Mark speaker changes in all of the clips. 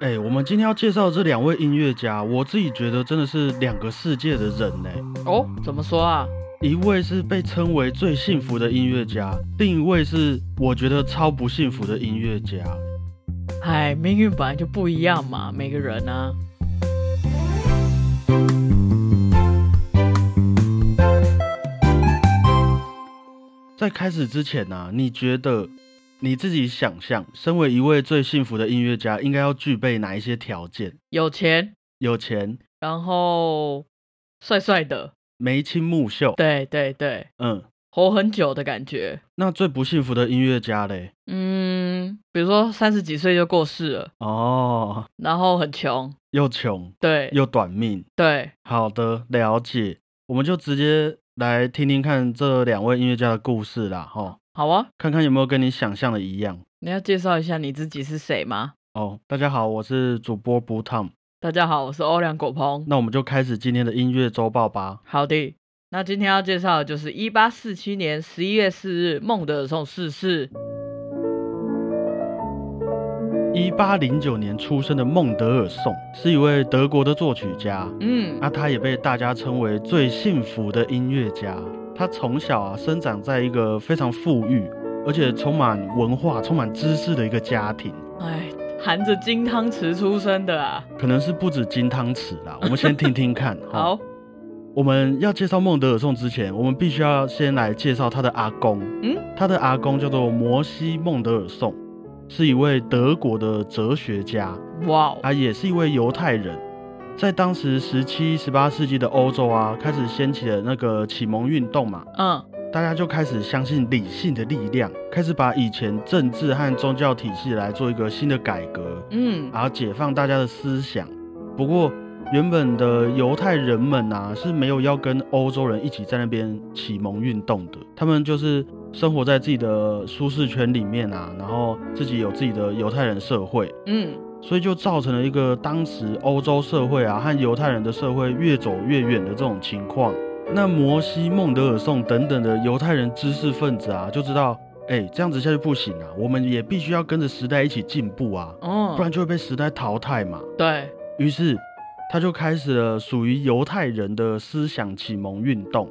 Speaker 1: 哎、我们今天要介绍这两位音乐家，我自己觉得真的是两个世界的人呢、
Speaker 2: 哦，怎么说啊？
Speaker 1: 一位是被称为最幸福的音乐家，另一位是我觉得超不幸福的音乐家。
Speaker 2: 哎，命运本来就不一样嘛，每个人啊。
Speaker 1: 在开始之前呢、你觉得你自己想象，身为一位最幸福的音乐家，应该要具备哪一些条件？
Speaker 2: 有钱，
Speaker 1: 有钱，
Speaker 2: 然后帅帅的，
Speaker 1: 眉清目秀。
Speaker 2: 对对对，
Speaker 1: 嗯，
Speaker 2: 活很久的感觉。
Speaker 1: 那最不幸福的音乐家嘞？
Speaker 2: 嗯，比如说三十几岁就过世了，
Speaker 1: 哦，
Speaker 2: 然后很穷，
Speaker 1: 又穷
Speaker 2: 对
Speaker 1: 又短命。
Speaker 2: 对，
Speaker 1: 好的，了解。我们就直接来听听看这两位音乐家的故事啦，哈，
Speaker 2: 好啊。
Speaker 1: 看看有没有跟你想象的一样。
Speaker 2: 你要介绍一下你自己是谁吗？
Speaker 1: 哦，大家好，我是主播 Blue Tom，
Speaker 2: 大家好，我是欧良果鹏。
Speaker 1: 那我们就开始今天的音乐周报吧。
Speaker 2: 好的，那今天要介绍的就是一八四七年十一月四日孟德尔颂逝世。
Speaker 1: 一八零九年出生的孟德尔颂是一位德国的作曲家，
Speaker 2: 嗯，
Speaker 1: 那他也被大家称为最幸福的音乐家。他从小啊生长在一个非常富裕，而且充满文化、充满知识的一个家庭。
Speaker 2: 哎，含着金汤匙出生的啊。
Speaker 1: 可能是不止金汤匙 啦。我们先听听看。
Speaker 2: 好
Speaker 1: 齁，，我们要介绍孟德尔颂之前，我们必须要先来介绍他的阿公。
Speaker 2: 嗯，
Speaker 1: 他的阿公叫做摩西·孟德尔颂，是一位德国的哲学家，
Speaker 2: 哇哦，
Speaker 1: 他也是一位犹太人。在当时十七、十八世纪的欧洲啊，开始掀起了那个启蒙运动嘛，
Speaker 2: 嗯，
Speaker 1: 大家就开始相信理性的力量，开始把以前政治和宗教体系来做一个新的改革。
Speaker 2: 嗯，
Speaker 1: 然后解放大家的思想。不过，原本的犹太人们啊是没有要跟欧洲人一起在那边启蒙运动的，他们就是生活在自己的舒适圈里面啊，然后自己有自己的犹太人社会，
Speaker 2: 嗯，
Speaker 1: 所以就造成了一个当时欧洲社会啊和犹太人的社会越走越远的这种情况。那摩西、孟德尔颂等等的犹太人知识分子啊，就知道，哎，这样子下去不行啊，我们也必须要跟着时代一起进步啊。
Speaker 2: 哦，
Speaker 1: 不然就会被时代淘汰嘛。
Speaker 2: 对，
Speaker 1: 于是他就开始了属于犹太人的思想启蒙运动，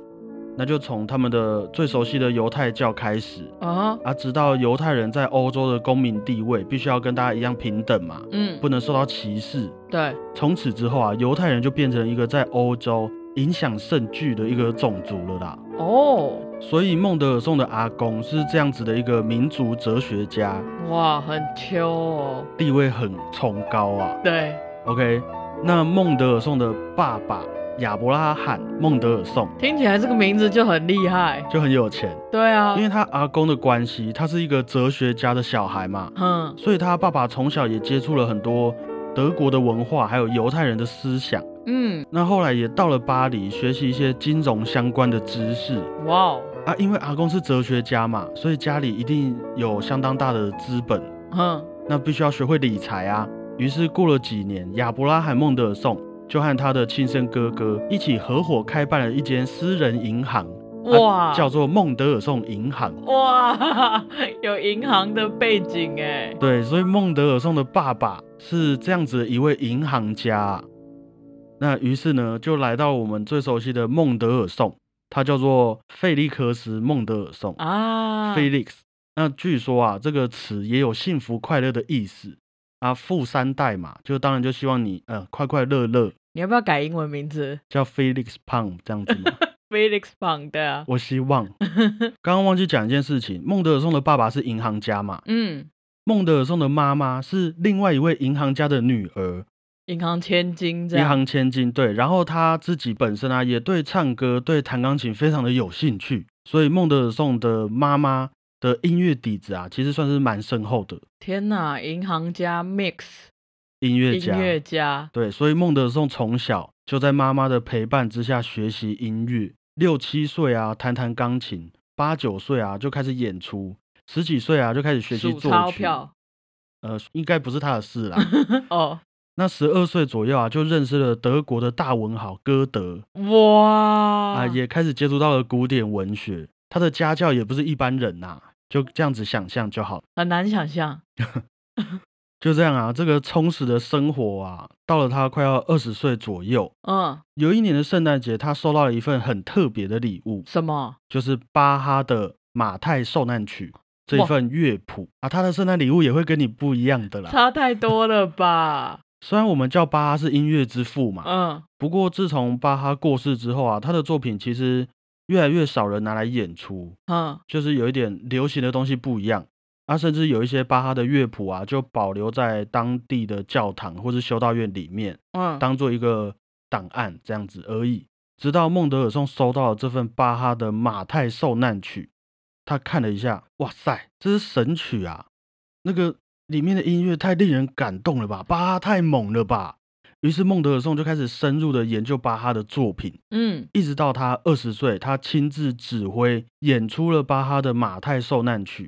Speaker 1: 那就从他们的最熟悉的犹太教开始
Speaker 2: 啊，
Speaker 1: 啊，直到犹太人在欧洲的公民地位必须要跟大家一样平等嘛，
Speaker 2: 嗯，
Speaker 1: 不能受到歧视。
Speaker 2: 对，
Speaker 1: 从此之后啊，犹太人就变成一个在欧洲影响甚巨的一个种族了啦。
Speaker 2: 哦，
Speaker 1: 所以孟德尔颂的阿公是这样子的一个民族哲学家，
Speaker 2: 哇，很秋哦，
Speaker 1: 地位很崇高啊。
Speaker 2: 对，
Speaker 1: OK，那孟德尔颂的爸爸亚伯拉罕·孟德尔颂
Speaker 2: 听起来这个名字就很厉害，
Speaker 1: 就很有钱，
Speaker 2: 对啊
Speaker 1: 因，为他阿公的关系，他是一个哲学家的小孩嘛，
Speaker 2: 嗯，
Speaker 1: 所以他爸爸从小也接触了很多德国的文化，还有犹太人的思想。
Speaker 2: 嗯，
Speaker 1: 那后来也到了巴黎学习一些金融相关的知识
Speaker 2: 哇哦，
Speaker 1: 啊，因为阿公是哲学家嘛，所以家里一定有相当大的资本，
Speaker 2: 嗯，
Speaker 1: 那必须要学会理财啊。于是过了几年，亚伯拉罕·孟德尔颂就和他的亲生哥哥一起合伙开办了一间私人银行，啊
Speaker 2: 哇，
Speaker 1: 叫做孟德尔颂银行。
Speaker 2: 哇， 有银行的背景哎，
Speaker 1: 对，所以孟德尔颂的爸爸是这样子的一位银行家啊、那于是呢，就来到我们最熟悉的孟德尔颂，他叫做费利克斯·孟德尔颂
Speaker 2: 啊，
Speaker 1: （Felix）。那据说啊，这个词也有幸福快乐的意思啊。富三代嘛，就当然就希望你呃快快乐乐，
Speaker 2: 你要不要改英文名字
Speaker 1: 叫 Felix Pang 这样子嘛。
Speaker 2: ？Felix Pang 对啊，
Speaker 1: 我希 望。刚刚忘记讲一件事情，孟德尔颂的爸爸是银行家嘛，
Speaker 2: 嗯，
Speaker 1: 孟德尔颂的妈妈是另外一位银行家的女儿，
Speaker 2: 银行千金这
Speaker 1: 银
Speaker 2: 样，
Speaker 1: 行千金。对，然后她自己本身啊，也对唱歌、对弹钢琴非常的有兴趣，所以孟德尔颂的妈妈的音乐底子啊，其实算是蛮深厚的
Speaker 2: 天哪，银行家 mix
Speaker 1: 音乐
Speaker 2: 音
Speaker 1: 家。
Speaker 2: 乐家，
Speaker 1: 对，所以孟德尔颂从小就在妈妈的陪伴之下学习音乐，六七岁啊弹弹钢琴，八九岁啊就开始演出，十几岁啊就开始学习
Speaker 2: 数
Speaker 1: 作
Speaker 2: 钞
Speaker 1: 曲。
Speaker 2: 票，
Speaker 1: 呃，应该不是他的事啦。
Speaker 2: 哦，
Speaker 1: 那十二岁左右啊，就认识了德国的大文豪歌德
Speaker 2: 哇，
Speaker 1: 啊，也开始接触到了古典文学。他的家教也不是一般人呐、就这样子想象就好。
Speaker 2: 很难想象，
Speaker 1: 就这样啊，这个充实的生活啊，到了他快要二十岁左右，
Speaker 2: 嗯，
Speaker 1: 有一年的圣诞节，他收到了一份很特别的礼物，
Speaker 2: 什么？
Speaker 1: 就是巴哈的《马太受难曲》这一
Speaker 2: 哇
Speaker 1: 份乐谱啊。他的圣诞礼物也会跟你不一样的啦。
Speaker 2: 差太多 了吧？
Speaker 1: 虽然我们叫巴哈是音乐之父嘛，
Speaker 2: 嗯，
Speaker 1: 不过自从巴哈过世之后啊，他的作品其实越来越少人拿来演出，
Speaker 2: 嗯，
Speaker 1: 就是有一点流行的东西不一样。啊，甚至有一些巴哈的乐谱啊，就保留在当地的教堂或是修道院里面，
Speaker 2: 嗯，
Speaker 1: 当做一个档案这样子而已。直到孟德尔颂收到了这份巴哈的《马太受难曲》，他看了一下，哇塞，这是神曲啊！那个里面的音乐太令人感动了吧，巴哈太猛了吧！于是孟德尔颂就开始深入的研究巴哈的作品，
Speaker 2: 嗯，
Speaker 1: 一直到他二十岁，他亲自指挥演出了巴哈的《马太受难曲》。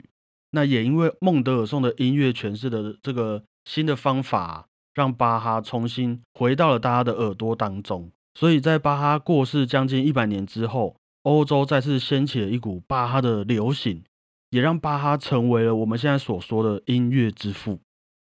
Speaker 1: 那也因为孟德尔颂的音乐诠释的这个新的方法啊、让巴哈重新回到了大家的耳朵当中。所以在巴哈过世将近一百年之后，欧洲再次掀起了一股巴哈的流行，也让巴哈成为了我们现在所说的音乐之父。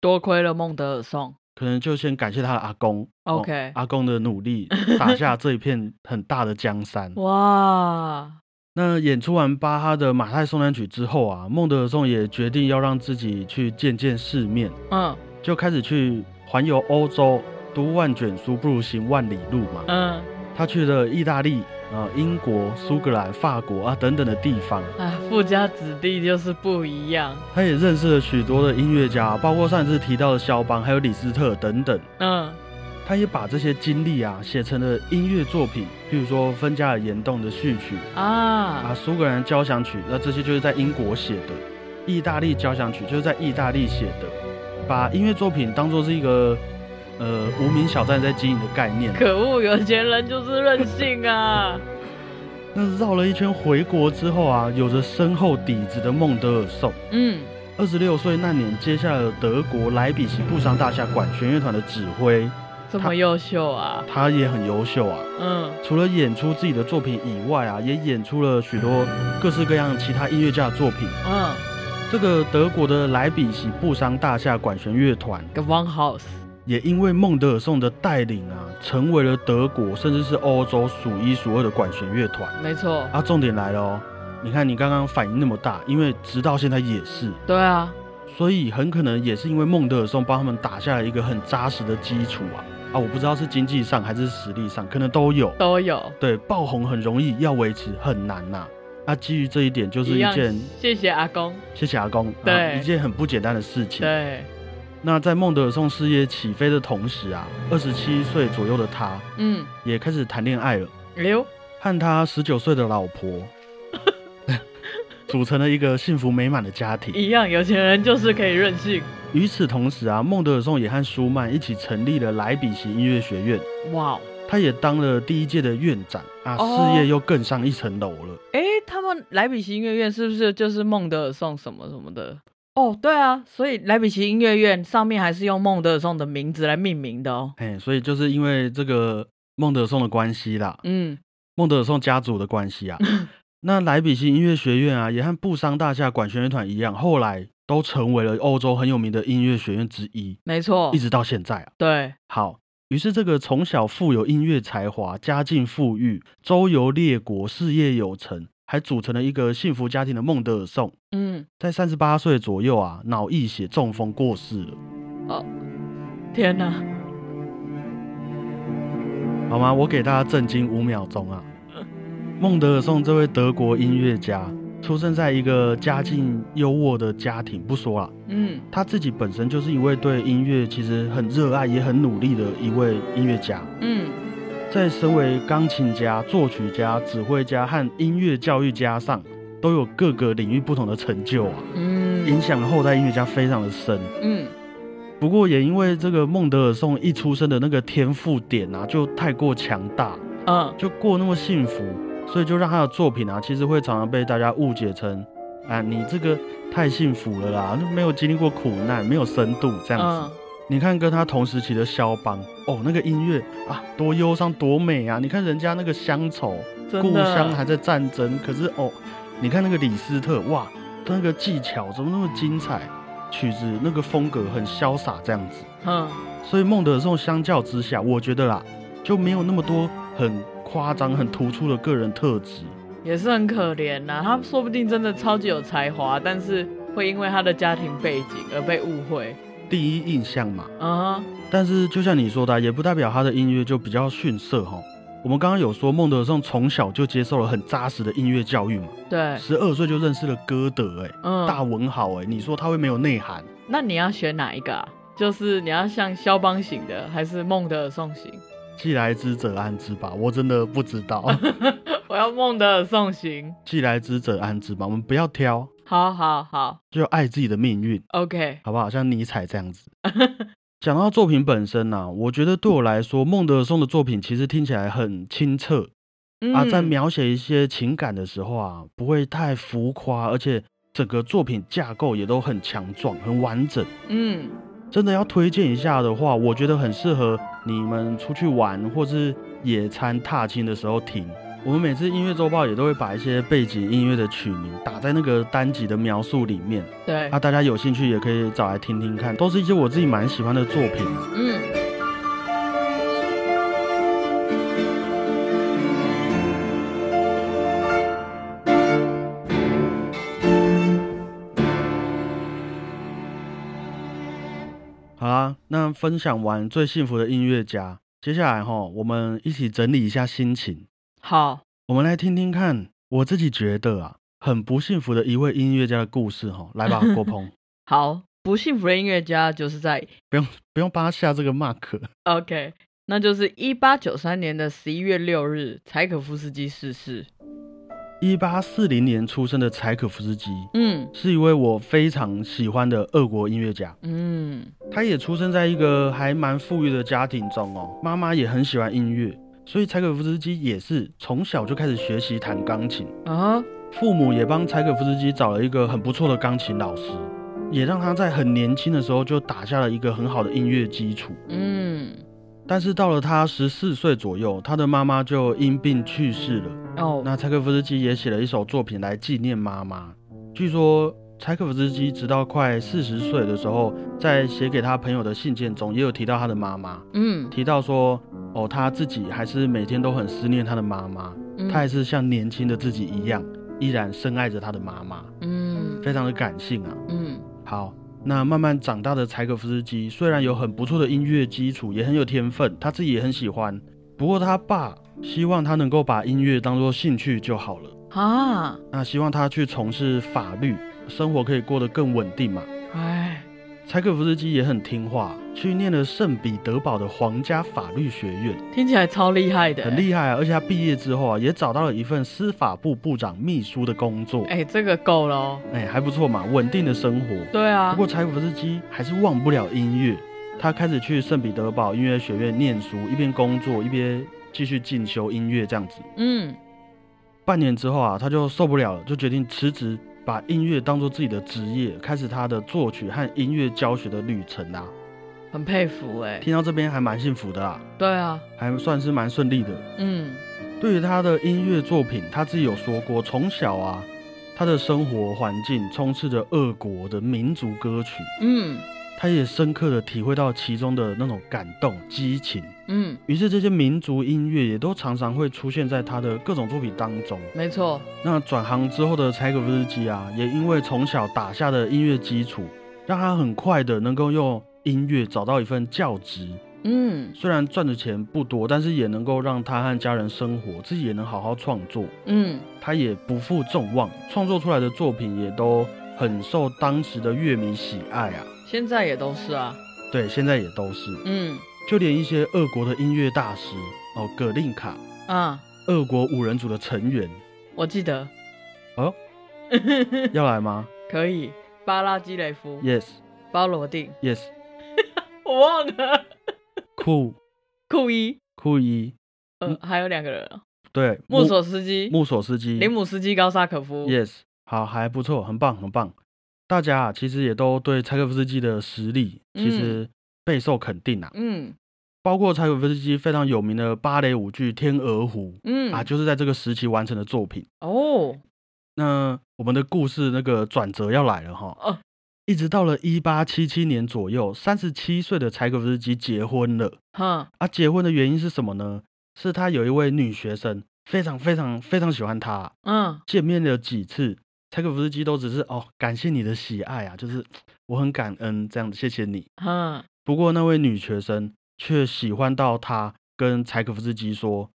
Speaker 2: 多亏了孟德尔颂。
Speaker 1: 可能就先感谢他的阿公哦
Speaker 2: OK
Speaker 1: 阿公的努力打下这一片很大的江山。
Speaker 2: 哇，
Speaker 1: 那演出完巴哈的《马太受难曲》之后啊，孟德尔颂也决定要让自己去见见世面，
Speaker 2: 嗯
Speaker 1: 就开始去环游欧洲。读万卷书不如行万里路嘛。
Speaker 2: 嗯，
Speaker 1: 他去了意大利、啊、英国、苏格兰、法国啊等等的地方，
Speaker 2: 啊，富家子弟就是不一样。
Speaker 1: 他也认识了许多的音乐家，包括上次提到的肖邦，还有李斯特等等。
Speaker 2: 嗯
Speaker 1: 他也把这些经历啊写成了音乐作品，譬如说芬加尔岩洞的序曲啊、
Speaker 2: 啊，
Speaker 1: 苏格兰交响曲，那这些就是在英国写的；意大利交响曲就是在意大利写的。把音乐作品当做是一个呃无名小站在经营的概念，
Speaker 2: 可恶，有钱人就是任性 啊。
Speaker 1: 那绕了一圈回国之后啊，有着深厚底子的孟德尔颂，
Speaker 2: 嗯
Speaker 1: 二十六岁那年接下了德国莱比锡布商大厦管弦乐团的指挥，，
Speaker 2: 这
Speaker 1: 他
Speaker 2: 么优秀啊。
Speaker 1: 他也很优秀啊。
Speaker 2: 嗯
Speaker 1: 除了演出自己的作品以外啊，也演出了许多各式各样其他音乐家的作品。
Speaker 2: 嗯
Speaker 1: 这个德国的莱比锡布商大厦管弦乐团
Speaker 2: 个 One House。
Speaker 1: 也因为孟德尔颂的带领啊，成为了德国甚至是欧洲数一数二的管弦乐团。
Speaker 2: 没错，
Speaker 1: 啊，重点来了哦！你看你刚刚反应那么大，因为直到现在也是，
Speaker 2: 对啊，
Speaker 1: 所以很可能也是因为孟德尔颂帮他们打下了一个很扎实的基础啊啊！我不知道是经济上还是实力上，可能都有。
Speaker 2: 都有。
Speaker 1: 对，爆红很容易，要维持很难呐、啊。基于这一点，就是
Speaker 2: 一
Speaker 1: 一
Speaker 2: 样
Speaker 1: 件
Speaker 2: 谢谢阿公。
Speaker 1: 谢谢阿公，啊，
Speaker 2: 对
Speaker 1: 一件很不简单的事情。啊
Speaker 2: 对，
Speaker 1: 那在孟德尔颂事业起飞的同时啊，二十七岁左右的他
Speaker 2: 嗯，
Speaker 1: 也开始谈恋爱了，
Speaker 2: 刘，
Speaker 1: 和他十九岁的老婆 组成了一个幸福美满的家庭。
Speaker 2: 一样，有钱人就是可以任性。
Speaker 1: 与此同时啊，孟德尔颂也和舒曼一起成立了莱比锡音乐学院，
Speaker 2: 哇哦，
Speaker 1: 他也当了第一届的院长啊，
Speaker 2: 哦
Speaker 1: 事业又更上一层楼了。
Speaker 2: 诶，他们莱比锡音乐院是不是就是孟德尔颂什么什么的？哦，对啊，所以莱比锡音乐院上面还是用孟德尔颂的名字来命名的哦。
Speaker 1: 哎，所以就是因为这个孟德尔颂的关系啦，
Speaker 2: 嗯，
Speaker 1: 孟德尔颂家族的关系啊，那莱比锡音乐学院啊，也和布商大厦管弦乐团一样，后来都成为了欧洲很有名的音乐学院之一，
Speaker 2: 没错
Speaker 1: 一，直到现在啊。
Speaker 2: 对，
Speaker 1: 好，于是这个从小富有音乐才华、家境富裕、周游列国、事业有成，还组成了一个幸福家庭的孟德尔颂，
Speaker 2: 嗯，
Speaker 1: 在三十八岁左右啊，脑溢血中风过世了。
Speaker 2: 天哪，
Speaker 1: 好吗？我给大家震惊五秒钟啊！孟德尔颂这位德国音乐家，出生在一个家境优渥的家庭，不说了，
Speaker 2: 嗯
Speaker 1: 他自己本身就是一位对音乐其实很热爱也很努力的一位音乐家。
Speaker 2: 嗯，
Speaker 1: 在身为钢琴家、作曲家、指挥家和音乐教育家上，都有各个领域不同的成就啊，影
Speaker 2: 嗯
Speaker 1: 响了后代音乐家非常的深。
Speaker 2: 嗯，
Speaker 1: 不过也因为这个孟德尔颂一出生的那个天赋点啊，就太过强大，
Speaker 2: 嗯，
Speaker 1: 就过那么幸福，所以就让他的作品啊，其实会常常被大家误解成，啊，你这个太幸福了啦，没有经历过苦难，没有深度这样子。
Speaker 2: 嗯，
Speaker 1: 你看跟他同时期的肖邦，哦，那个音乐啊，多忧伤，多美啊！你看人家那个乡愁，故
Speaker 2: 嗯真
Speaker 1: 乡
Speaker 2: 的，
Speaker 1: 还在战争，可是哦，你看那个李斯特，哇，那个技巧怎么那么精彩？曲子那个风格很潇洒这样子。
Speaker 2: 嗯，
Speaker 1: 所以孟德尔颂相较之下，我觉得啦，就没有那么多很夸张、很突出的个人特质。
Speaker 2: 也是很可怜呐、他说不定真的超级有才华，但是会因为他的家庭背景而被误会。
Speaker 1: 第一印象嘛，
Speaker 2: 嗯哼，
Speaker 1: 但是就像你说的啊，也不代表他的音乐就比较逊色哈。我们刚刚有说，孟德尔颂从小就接受了很扎实的音乐教育嘛，
Speaker 2: 对，
Speaker 1: 十二岁就认识了歌德、哎，大
Speaker 2: 嗯，
Speaker 1: 文豪、哎，你说他会没有内涵？
Speaker 2: 那你要选哪一个啊？就是你要像肖邦型的，还是孟德尔颂型？
Speaker 1: 既来之则安之吧，我真的不知道。
Speaker 2: 我要孟德尔颂型。
Speaker 1: 既来之则安之吧，我们不要挑，
Speaker 2: 好好好
Speaker 1: 就爱自己的命运。
Speaker 2: ，OK，
Speaker 1: 好不好？像尼采这样子。啊讲到作品本身呐、我觉得对我来说，孟德尔颂的作品其实听起来很清澈、
Speaker 2: 嗯
Speaker 1: 啊，在描写一些情感的时候啊，不会太浮夸，而且整个作品架构也都很强壮、很完整。
Speaker 2: 嗯，
Speaker 1: 真的要推荐一下的话，我觉得很适合你们出去玩或是野餐、踏青的时候听。我们每次音乐周报也都会把一些背景音乐的曲名打在那个单集的描述里面。
Speaker 2: 对，
Speaker 1: 啊，大家有兴趣也可以找来听听看，都是一些我自己蛮喜欢的作品啊。
Speaker 2: 嗯。
Speaker 1: 好啦，那分享完最幸福的音乐家，接下来哈，我们一起整理一下心情，
Speaker 2: 好，
Speaker 1: 我们来听听看我自己觉得啊，很不幸福的一位音乐家的故事哈。来吧，郭鹏，
Speaker 2: 好，不幸福的音乐家就是在
Speaker 1: 不用帮他下这个 mark。
Speaker 2: OK，那就是一八九三年的十一月六日，柴可夫斯基逝世。
Speaker 1: 一八四零年出生的柴可夫斯基
Speaker 2: 嗯
Speaker 1: 是一位我非常喜欢的俄国音乐家。
Speaker 2: 嗯
Speaker 1: 他也出生在一个还蛮富裕的家庭中哦，妈妈也很喜欢音乐，所以柴可夫斯基也是从小就开始学习弹钢琴，
Speaker 2: 啊，
Speaker 1: 父母也帮柴可夫斯基找了一个很不错的钢琴老师，也让他在很年轻的时候就打下了一个很好的音乐基础。
Speaker 2: 嗯
Speaker 1: 但是到了他十四岁左右，他的妈妈就因病去世了。
Speaker 2: 哦
Speaker 1: 那柴可夫斯基也写了一首作品来纪念妈妈。据说柴可夫斯基直到快四十岁的时候，在写给他朋友的信件中，也有提到他的妈妈，
Speaker 2: 嗯，
Speaker 1: 提到说，哦，他自己还是每天都很思念他的妈妈，
Speaker 2: 嗯
Speaker 1: 他还是像年轻的自己一样，依然深爱着他的妈妈，
Speaker 2: 嗯
Speaker 1: 非常的感性啊。
Speaker 2: 嗯
Speaker 1: 好，那慢慢长大的柴可夫斯基虽然有很不错的音乐基础，也很有天分，他自己也很喜欢。不过他爸希望他能够把音乐当做兴趣就好了，
Speaker 2: 啊，
Speaker 1: 那希望他去从事法律，生活可以过得更稳定嘛。
Speaker 2: 哎，
Speaker 1: 柴可夫斯基也很听话，去念了圣彼得堡的皇家法律学院，
Speaker 2: 听起来超厉害的，
Speaker 1: 很厉害啊！而且他毕业之后啊，也找到了一份司法部部长秘书的工作，
Speaker 2: 哎，这个够了哦。
Speaker 1: 哎，还不错嘛，稳定的生活。
Speaker 2: 对啊
Speaker 1: 不，过柴可夫斯基还是忘不了音乐，他开始去圣彼得堡音乐学院念书，一边工作一边继续进修音乐这样子。
Speaker 2: 嗯
Speaker 1: 半年之后啊，他就受不了了，就决定辞职，把音乐当做自己的职业，开始他的作曲和音乐教学的旅程啊。
Speaker 2: 很佩服哎、
Speaker 1: 听到这边还蛮幸福的啦，
Speaker 2: 对啊，
Speaker 1: 还算是蛮顺利的。
Speaker 2: 嗯
Speaker 1: 对于他的音乐作品，他自己有说过，从小啊，他的生活环境充斥着俄国的民族歌曲，
Speaker 2: 嗯
Speaker 1: 他也深刻的体会到其中的那种感动、激情。
Speaker 2: 嗯，
Speaker 1: 于是这些民族音乐也都常常会出现在他的各种作品当中。
Speaker 2: 没错，
Speaker 1: 那转行之后的柴可夫斯基啊，也因为从小打下的音乐基础，让他很快的能够用音乐找到一份教职。
Speaker 2: 嗯
Speaker 1: 虽然赚的钱不多，但是也能够让他和家人生活，自己也能好好创作。
Speaker 2: 嗯
Speaker 1: 他也不负众望，创作出来的作品也都很受当时的乐迷喜爱啊。
Speaker 2: 现在也都是啊，
Speaker 1: 对，现在也都是。
Speaker 2: 嗯
Speaker 1: 就连一些俄国的音乐大师哦，葛令卡，
Speaker 2: 啊，
Speaker 1: 俄国五人组的成员，
Speaker 2: 我记得
Speaker 1: 哦，要来吗
Speaker 2: 可以，巴拉基雷夫、
Speaker 1: ？Yes,
Speaker 2: 包罗定，
Speaker 1: Yes，
Speaker 2: 我忘了，
Speaker 1: 酷
Speaker 2: 库伊，
Speaker 1: 酷伊，
Speaker 2: 呃，还有两个人哦，
Speaker 1: 对，
Speaker 2: 穆索斯基、
Speaker 1: 嗯穆索斯基
Speaker 2: 林姆斯基、高沙可夫，
Speaker 1: ，Yes，好，还不错，很棒，很棒。大家啊，其实也都对柴可夫斯基的实力其实备受肯定啊，
Speaker 2: 嗯
Speaker 1: 包括柴可夫斯基非常有名的芭蕾舞剧《天鹅湖》
Speaker 2: 嗯，
Speaker 1: 啊，就是在这个时期完成的作品。
Speaker 2: 哦
Speaker 1: 那我们的故事那个转折要来了哈，
Speaker 2: 哦，
Speaker 1: 一直到了一八七七年左右，三十七岁的柴可夫斯基结婚了。
Speaker 2: 哼，
Speaker 1: 啊，结婚的原因是什么呢？是他有一位女学生，非常非常非常喜欢他。
Speaker 2: 嗯，
Speaker 1: 见面了几次，柴可夫斯基都只是哦，感谢你的喜爱啊，就是我很感恩这样子，谢谢你。
Speaker 2: 哼，
Speaker 1: 不过那位女学生却喜欢到他跟柴可夫斯基说：“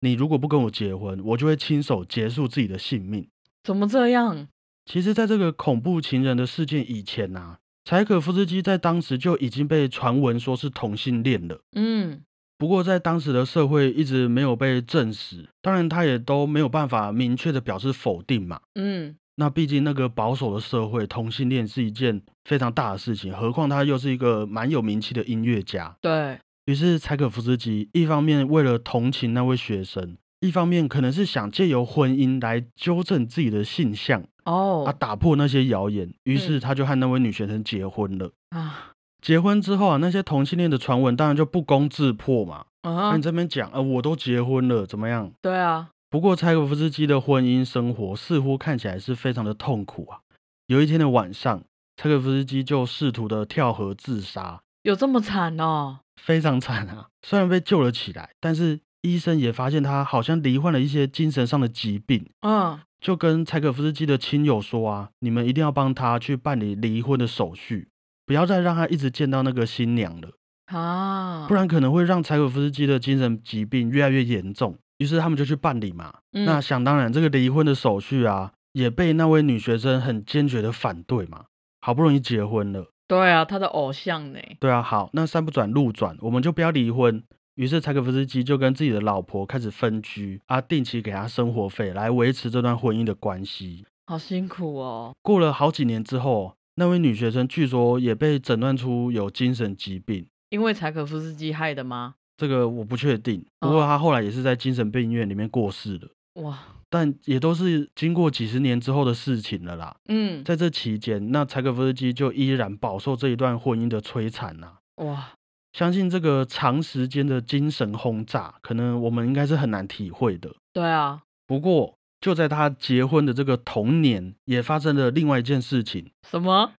Speaker 1: 你如果不跟我结婚，我就会亲手结束自己的性命。
Speaker 2: 怎么这样？”
Speaker 1: 其实，在这个恐怖情人的事件以前呐、啊，柴可夫斯基在当时就已经被传闻说是同性恋了。
Speaker 2: 嗯，
Speaker 1: 不过，在当时的社会一直没有被证实，当然他也都没有办法明确的表示否定嘛。
Speaker 2: 嗯，
Speaker 1: 那毕竟那个保守的社会，同性恋是一件非常大的事情，何况他又是一个蛮有名气的音乐家。
Speaker 2: 对，
Speaker 1: 于是，柴可夫斯基一方面为了同情那位学生，一方面可能是想借由婚姻来纠正自己的性向，啊，
Speaker 2: 哦，
Speaker 1: 打破那些谣言。于是
Speaker 2: 嗯
Speaker 1: 他就和那位女学生结婚了。
Speaker 2: 啊，
Speaker 1: 结婚之后啊，那些同性恋的传闻当然就不攻自破嘛。那、
Speaker 2: 啊
Speaker 1: 你，这边讲，呃，我都结婚了，怎么样？
Speaker 2: 对啊，
Speaker 1: 不过柴可夫斯基的婚姻生活似乎看起来是非常的痛苦啊。有一天的晚上，柴可夫斯基就试图的跳河自杀，
Speaker 2: 有这么惨哦？
Speaker 1: 非常惨啊。虽然被救了起来，但是医生也发现他好像罹患了一些精神上的疾病，
Speaker 2: 嗯，
Speaker 1: 就跟柴可夫斯基的亲友说啊，你们一定要帮他去办理离婚的手续，不要再让他一直见到那个新娘了，
Speaker 2: 啊，
Speaker 1: 不，然可能会让柴可夫斯基的精神疾病越来越严重。于是他们就去办理嘛。那
Speaker 2: 嗯，
Speaker 1: 想当然，这个离婚的手续啊，也被那位女学生很坚决的反对嘛。好不容易结婚了，
Speaker 2: 对啊，他的偶像呢？
Speaker 1: 对啊，好，那山不转路转，我们就不要离婚。于是柴可夫斯基就跟自己的老婆开始分居啊，定期给她生活费来维持这段婚姻的关系。
Speaker 2: 好辛苦哦。
Speaker 1: 过了好几年之后，那位女学生据说也被诊断出有精神疾病，
Speaker 2: 因为柴可夫斯基害的吗？
Speaker 1: 这个我不确定。不过她后来也是在精神病院里面过世了，
Speaker 2: 哇，
Speaker 1: 但也都是经过几十年之后的事情了啦。
Speaker 2: 嗯，
Speaker 1: 在这期间，那柴可夫斯基就依然饱受这一段婚姻的摧残呐、
Speaker 2: 哇，
Speaker 1: 相信这个长时间的精神轰炸，可能我们应该是很难体会的。
Speaker 2: 对啊，
Speaker 1: 不过，就在他结婚的这个同年，也发生了另外一件事情，
Speaker 2: 什么？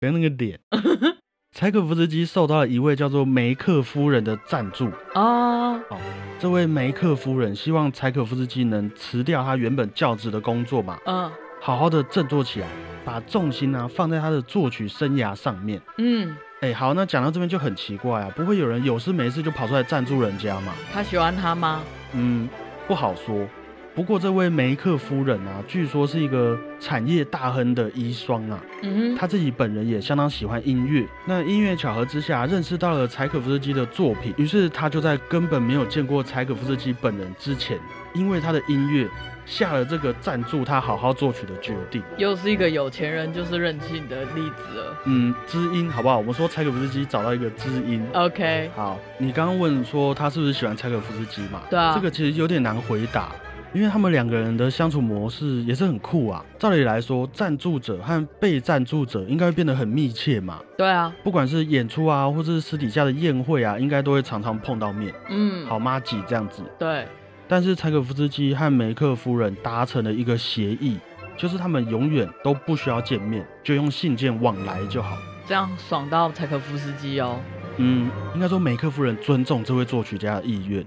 Speaker 1: 跟那个脸，柴可夫斯基受到了一位叫做梅克夫人的赞助。
Speaker 2: 啊，
Speaker 1: 这位梅克夫人希望柴可夫斯基能辞掉他原本教职的工作嘛，
Speaker 2: 嗯
Speaker 1: 好好的振作起来，把重心啊放在他的作曲生涯上面。
Speaker 2: 嗯，
Speaker 1: 哎，好，那讲到这边就很奇怪啊，不会有人有事没事就跑出来赞助人家嘛？
Speaker 2: 他喜欢他吗？
Speaker 1: 嗯，不好说。不过这位梅克夫人啊，据说是一个产业大亨的遗孀啊，
Speaker 2: 嗯哼，
Speaker 1: 她自己本人也相当喜欢音乐。那因乐巧合之下，认识到了柴可夫斯基的作品，于是她就在根本没有见过柴可夫斯基本人之前，因为他的音乐下了这个赞助他好好作曲的决定。
Speaker 2: 又是一个有钱人就是任性的例子了。
Speaker 1: 嗯，知音好不好？我们说柴可夫斯基找到一个知音。
Speaker 2: 嗯 OK，
Speaker 1: 好，你刚刚问说他是不是喜欢柴可夫斯基嘛？
Speaker 2: 对啊
Speaker 1: 这个其实有点难回答，因为他们两个人的相处模式也是很酷啊。照理来说，赞助者和被赞助者应该会变得很密切嘛，
Speaker 2: 对啊，
Speaker 1: 不管是演出啊，或是私底下的宴会啊，应该都会常常碰到面，
Speaker 2: 嗯，
Speaker 1: 好，妈几这样子。
Speaker 2: 对，
Speaker 1: 但是柴可夫斯基和梅克夫人达成了一个协议，就是他们永远都不需要见面，就用信件往来就好。
Speaker 2: 这样爽到柴可夫斯基哦。
Speaker 1: 嗯，应该说梅克夫人尊重这位作曲家的意愿。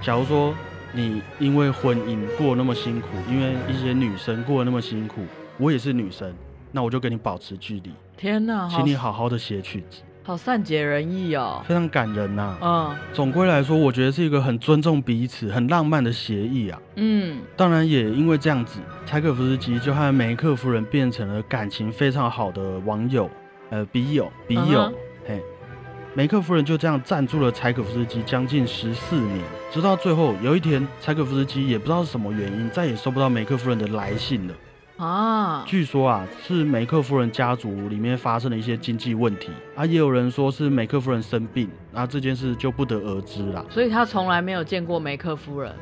Speaker 1: 假如说你因为婚姻过得那么辛苦，因为一些女生过得那么辛苦，我也是女生，那我就跟你保持距离，
Speaker 2: 天哪，好
Speaker 1: 请你好好的写曲子，
Speaker 2: 好善解人意哦。
Speaker 1: 非常感人啊呐、
Speaker 2: 嗯
Speaker 1: 总归来说，我觉得是一个很尊重彼此、很浪漫的协议啊。
Speaker 2: 嗯，
Speaker 1: 当然，也因为这样子，柴可夫斯基就和梅克夫人变成了感情非常好的网友，呃，笔友，笔友
Speaker 2: 嗯哼
Speaker 1: 嘿。梅克夫人就这样赞助了柴可夫斯基将近十四年，直到最后有一天，柴可夫斯基也不知道是什么原因，再也收不到梅克夫人的来信了。
Speaker 2: 啊，
Speaker 1: 据说啊，是梅克夫人家族里面发生了一些经济问题，啊，也有人说是梅克夫人生病，啊，这件事就不得而知啦。
Speaker 2: 所以他从来没有见过梅克夫人，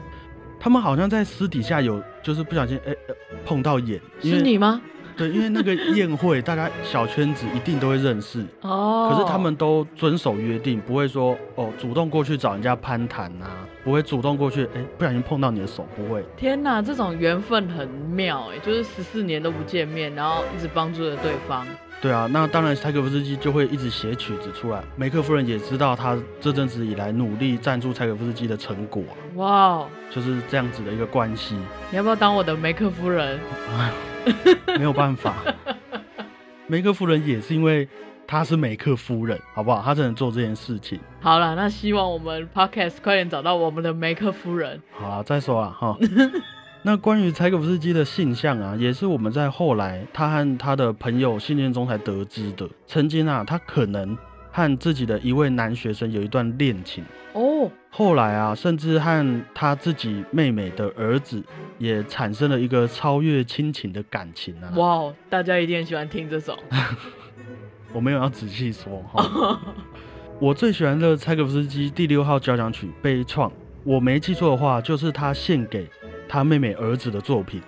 Speaker 1: 他们好像在私底下有，就是不小心哎、呃碰到眼，因为
Speaker 2: 是你吗？
Speaker 1: 对，因为那个宴会，大家小圈子一定都会认识，
Speaker 2: 哦，
Speaker 1: 可是他们都遵守约定，不会说哦主动过去找人家攀谈啊，不会主动过去，哎，不小心碰到你的手，不会。
Speaker 2: 哦天呐，欸这种缘分很妙哎、就是十四年都不见面，然后一直帮助着对方。
Speaker 1: 对啊，那当然，柴可夫斯基就会一直写曲子出来。梅克夫人也知道他这阵子以来努力赞助柴可夫斯基的成果啊、
Speaker 2: 哇哦，
Speaker 1: 就是这样子的一个关系，
Speaker 2: 你要不要当我的梅克夫人？
Speaker 1: 没有办法。梅克夫人也是因为她是梅克夫人，好不好？她才能做这件事情。
Speaker 2: 好了，那希望我们 podcast 快点找到我们的梅克夫人。
Speaker 1: 好啦，再说了哈。那关于柴可夫斯基的性向啊，也是我们在后来他和他的朋友信件中才得知的。曾经啊，他可能和自己的一位男学生有一段恋情，
Speaker 2: 哦，
Speaker 1: 后来啊，甚至和他自己妹妹的儿子也产生了一个超越亲情的感情啊。
Speaker 2: 哇哦，大家一定很喜欢听这 种。
Speaker 1: 我没有要仔细说哈。 我最喜欢的柴可夫斯基第六号交响曲《悲怆》，我没记错的话，就是他献给他妹妹儿子的作品。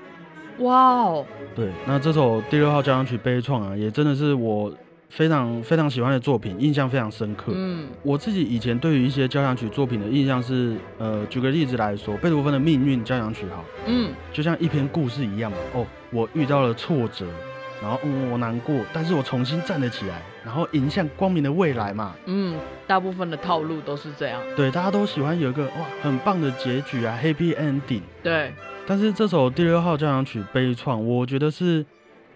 Speaker 2: 哇哦，
Speaker 1: 对，那这首第六号交响曲《悲怆》啊，也真的是我非常非常喜欢的作品，印象非常深刻。
Speaker 2: 嗯，
Speaker 1: 我自己以前对于一些交响曲作品的印象是，呃，举个例子来说，贝多芬的《命运交响曲》好了，
Speaker 2: 嗯，
Speaker 1: 就像一篇故事一样嘛。哦，我遇到了挫折，然后嗯，我难过，但是我重新站了起来，然后迎向光明的未来嘛。
Speaker 2: 嗯，大部分的套路都是这样。
Speaker 1: 对，大家都喜欢有一个哇很棒的结局啊，Happy Ending。
Speaker 2: 对，
Speaker 1: 但是这首第六号交响曲《悲怆》，我觉得是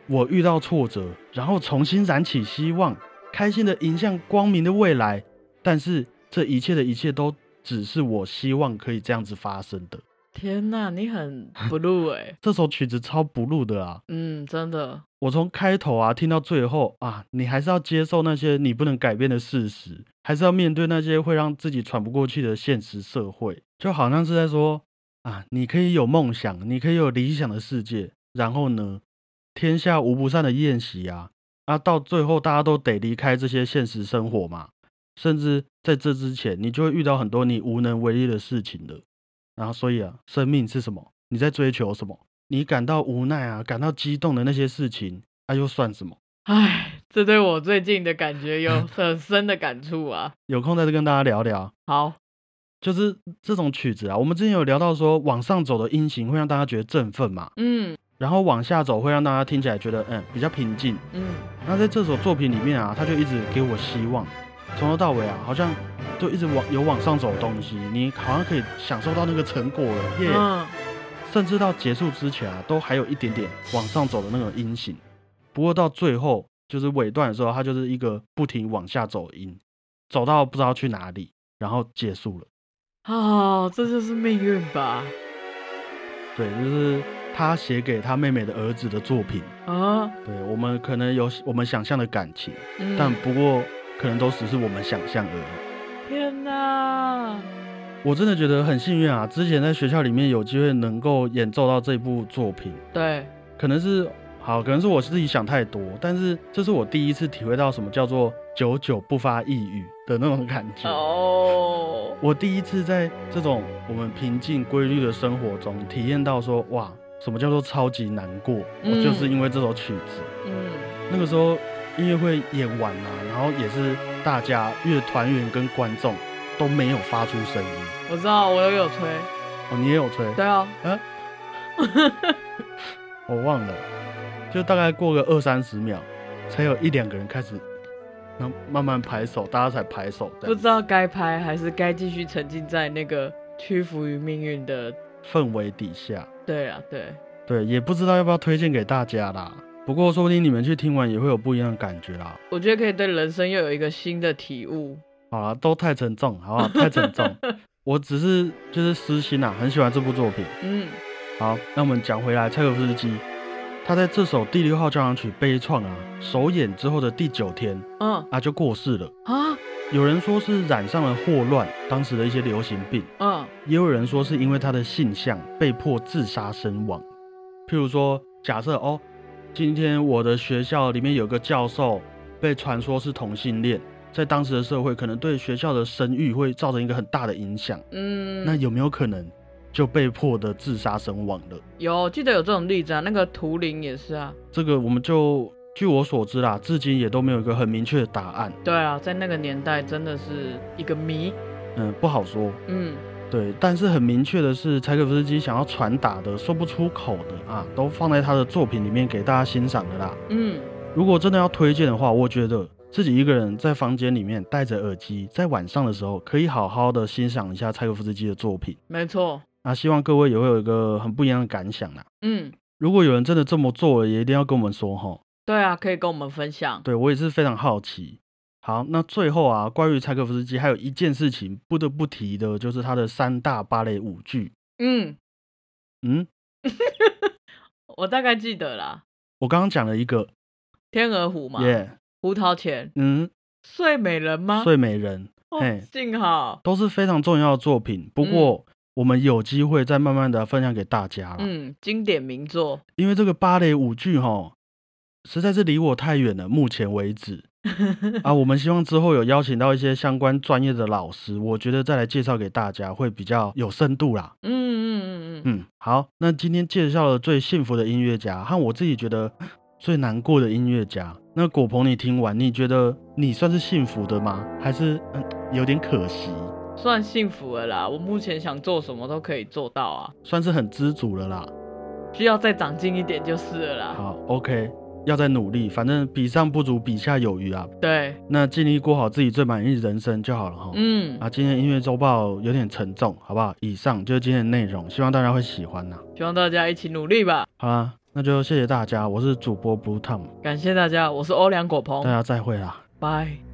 Speaker 1: 我遇到挫折，然后重新燃起希望，开心的迎向光明的未来。但是这一切的一切都只是我希望可以这样子发生的。
Speaker 2: 天呐，你很 blue 哎、
Speaker 1: 这首曲子超不入的啊！
Speaker 2: 嗯，真的，
Speaker 1: 我从开头啊听到最后啊，你还是要接受那些你不能改变的事实，还是要面对那些会让自己喘不过气的现实社会，就好像是在说啊，你可以有梦想，你可以有理想的世界，然后呢，天下无不散的宴席啊，啊，到最后大家都得离开这些现实生活嘛，甚至在这之前，你就会遇到很多你无能为力的事情了。然后，所以啊，生命是什么？你在追求什么？你感到无奈啊，感到激动的那些事情，啊，又算什么？
Speaker 2: 唉，这对我最近的感觉 有很深的感触啊。
Speaker 1: 有空再跟大家聊聊，
Speaker 2: 好，
Speaker 1: 就是这种曲子啊，我们之前有聊到说，往上走的音型会让大家觉得振奋嘛，
Speaker 2: 嗯
Speaker 1: 然后往下走会让大家听起来觉得嗯比较平静。
Speaker 2: 嗯，
Speaker 1: 那在这首作品里面啊，他就一直给我希望，从头到尾啊，好像就一直往有往上走的东西，你好像可以享受到那个成果了耶。
Speaker 2: 嗯，
Speaker 1: 甚至到结束之前啊，都还有一点点往上走的那个音型。不过到最后就是尾段的时候，它就是一个不停往下走的音，走到不知道去哪里，然后结束了。
Speaker 2: 哦，这就是命运吧？
Speaker 1: 对，就是他写给他妹妹的儿子的作品。
Speaker 2: 啊，
Speaker 1: 对我们可能有我们想象的感情，
Speaker 2: 嗯、
Speaker 1: 但不过可能都只是我们想象而已。
Speaker 2: 天呐，
Speaker 1: 我真的觉得很幸运啊！之前在学校里面有机会能够演奏到这部作品，
Speaker 2: 对，
Speaker 1: 可能是好，可能是我自己想太多，但是这是我第一次体会到什么叫做久久不发一语的那种感觉。
Speaker 2: 哦，
Speaker 1: 我第一次在这种我们平静规律的生活中体验到说，哇，什么叫做超级难过？
Speaker 2: 嗯
Speaker 1: 我就是因为这首曲子。
Speaker 2: 嗯，
Speaker 1: 那个时候音乐会演完啊，然后也是大家乐团员跟观众都没有发出声音。
Speaker 2: 我知道，我都有吹，
Speaker 1: 哦，你也有吹？
Speaker 2: 对啊，
Speaker 1: 我忘了，就大概过个二三十秒，才有一两个人开始，然后慢慢拍手，大家才拍手，这
Speaker 2: 不
Speaker 1: 样
Speaker 2: 知道该拍还是该继续沉浸在那个屈服于命运的。
Speaker 1: 氛围底下，
Speaker 2: 对啊，对，
Speaker 1: 对，也不知道要不要推荐给大家啦。不过说不定你们去听完也会有不一样的感觉啦。
Speaker 2: 我觉得可以对人生又有一个新的体悟。
Speaker 1: 好啦，都太沉重，好不好？太沉 重。我只是就是私心啊，很喜欢这部作品。
Speaker 2: 嗯，
Speaker 1: 好，那我们讲回来，柴可夫斯基，他在这首第六号交响曲《悲怆》啊首演之后的第九天
Speaker 2: 嗯
Speaker 1: 啊就过世了。
Speaker 2: 啊，
Speaker 1: 有人说是染上了霍乱，当时的一些流行病；
Speaker 2: 嗯
Speaker 1: 也有人说是因为他的性向被迫自杀身亡。譬如说，假设哦，今天我的学校里面有个教授被传说是同性恋，在当时的社会可能对学校的声誉会造成一个很大的影响。
Speaker 2: 嗯，
Speaker 1: 那有没有可能就被迫的自杀身亡了？
Speaker 2: 有记得有这种例子啊，那个图灵也是啊。
Speaker 1: 这个我们就据我所知啦，至今也都没有一个很明确的答案。
Speaker 2: 对啊，在那个年代真的是一个谜。
Speaker 1: 嗯，不好说。
Speaker 2: 嗯
Speaker 1: 对，但是很明确的是，柴可夫斯基想要传达的、说不出口的啊，都放在他的作品里面给大家欣赏的啦。
Speaker 2: 嗯
Speaker 1: 如果真的要推荐的话，我觉得自己一个人在房间里面戴着耳机，在晚上的时候可以好好的欣赏一下柴可夫斯基的作品。
Speaker 2: 没错，
Speaker 1: 啊，希望各位也会有一个很不一样的感想啦。
Speaker 2: 嗯，
Speaker 1: 如果有人真的这么做了，也一定要跟我们说哈。
Speaker 2: 对啊，可以跟我们分享。
Speaker 1: 对我也是非常好奇。好，那最后啊，关于柴可夫斯基还有一件事情不得不提的，就是他的三大芭蕾舞剧。
Speaker 2: 嗯，
Speaker 1: 嗯，
Speaker 2: 我大概记得啦，
Speaker 1: 我刚刚讲了一个，
Speaker 2: 天鹅湖嘛，
Speaker 1: 耶、
Speaker 2: 胡桃钳，
Speaker 1: 嗯，
Speaker 2: 睡美人吗？
Speaker 1: 睡美人
Speaker 2: 哦
Speaker 1: 嘿
Speaker 2: 幸好，
Speaker 1: 都是非常重要的作品。
Speaker 2: 嗯
Speaker 1: 不过、我们有机会再慢慢的分享给大家啦，
Speaker 2: 嗯，经典名作，
Speaker 1: 因为这个芭蕾舞剧哈，实在是离我太远了，目前为 止。啊，我们希望之后有邀请到一些相关专业的老师，我觉得再来介绍给大家会比较有深度啦。
Speaker 2: 嗯嗯嗯嗯，
Speaker 1: 嗯，好，那今天介绍了最幸福的音乐家和我自己觉得最难过的音乐家。那果鹏，你听完，你觉得你算是幸福的吗？还是嗯有点可惜，
Speaker 2: 算幸福了啦。我目前想做什么都可以做到啊，
Speaker 1: 算是很知足了啦。
Speaker 2: 需要再长进一点就是了啦。
Speaker 1: 好，OK，要再努力，反正比上不足，比下有余啊。
Speaker 2: 对，
Speaker 1: 那尽力过好自己最满意的人生就好了哈。
Speaker 2: 嗯，
Speaker 1: 啊，今天音乐周报有点沉重，好不好？以上就是今天的内容，希望大家会喜欢呐、
Speaker 2: 希望大家一起努力吧。
Speaker 1: 好啦，那就谢谢大家，我是主播 Blue Tom，
Speaker 2: 感谢大家，我是欧良果
Speaker 1: 大
Speaker 2: 鹏，
Speaker 1: 家再会啦。
Speaker 2: 拜。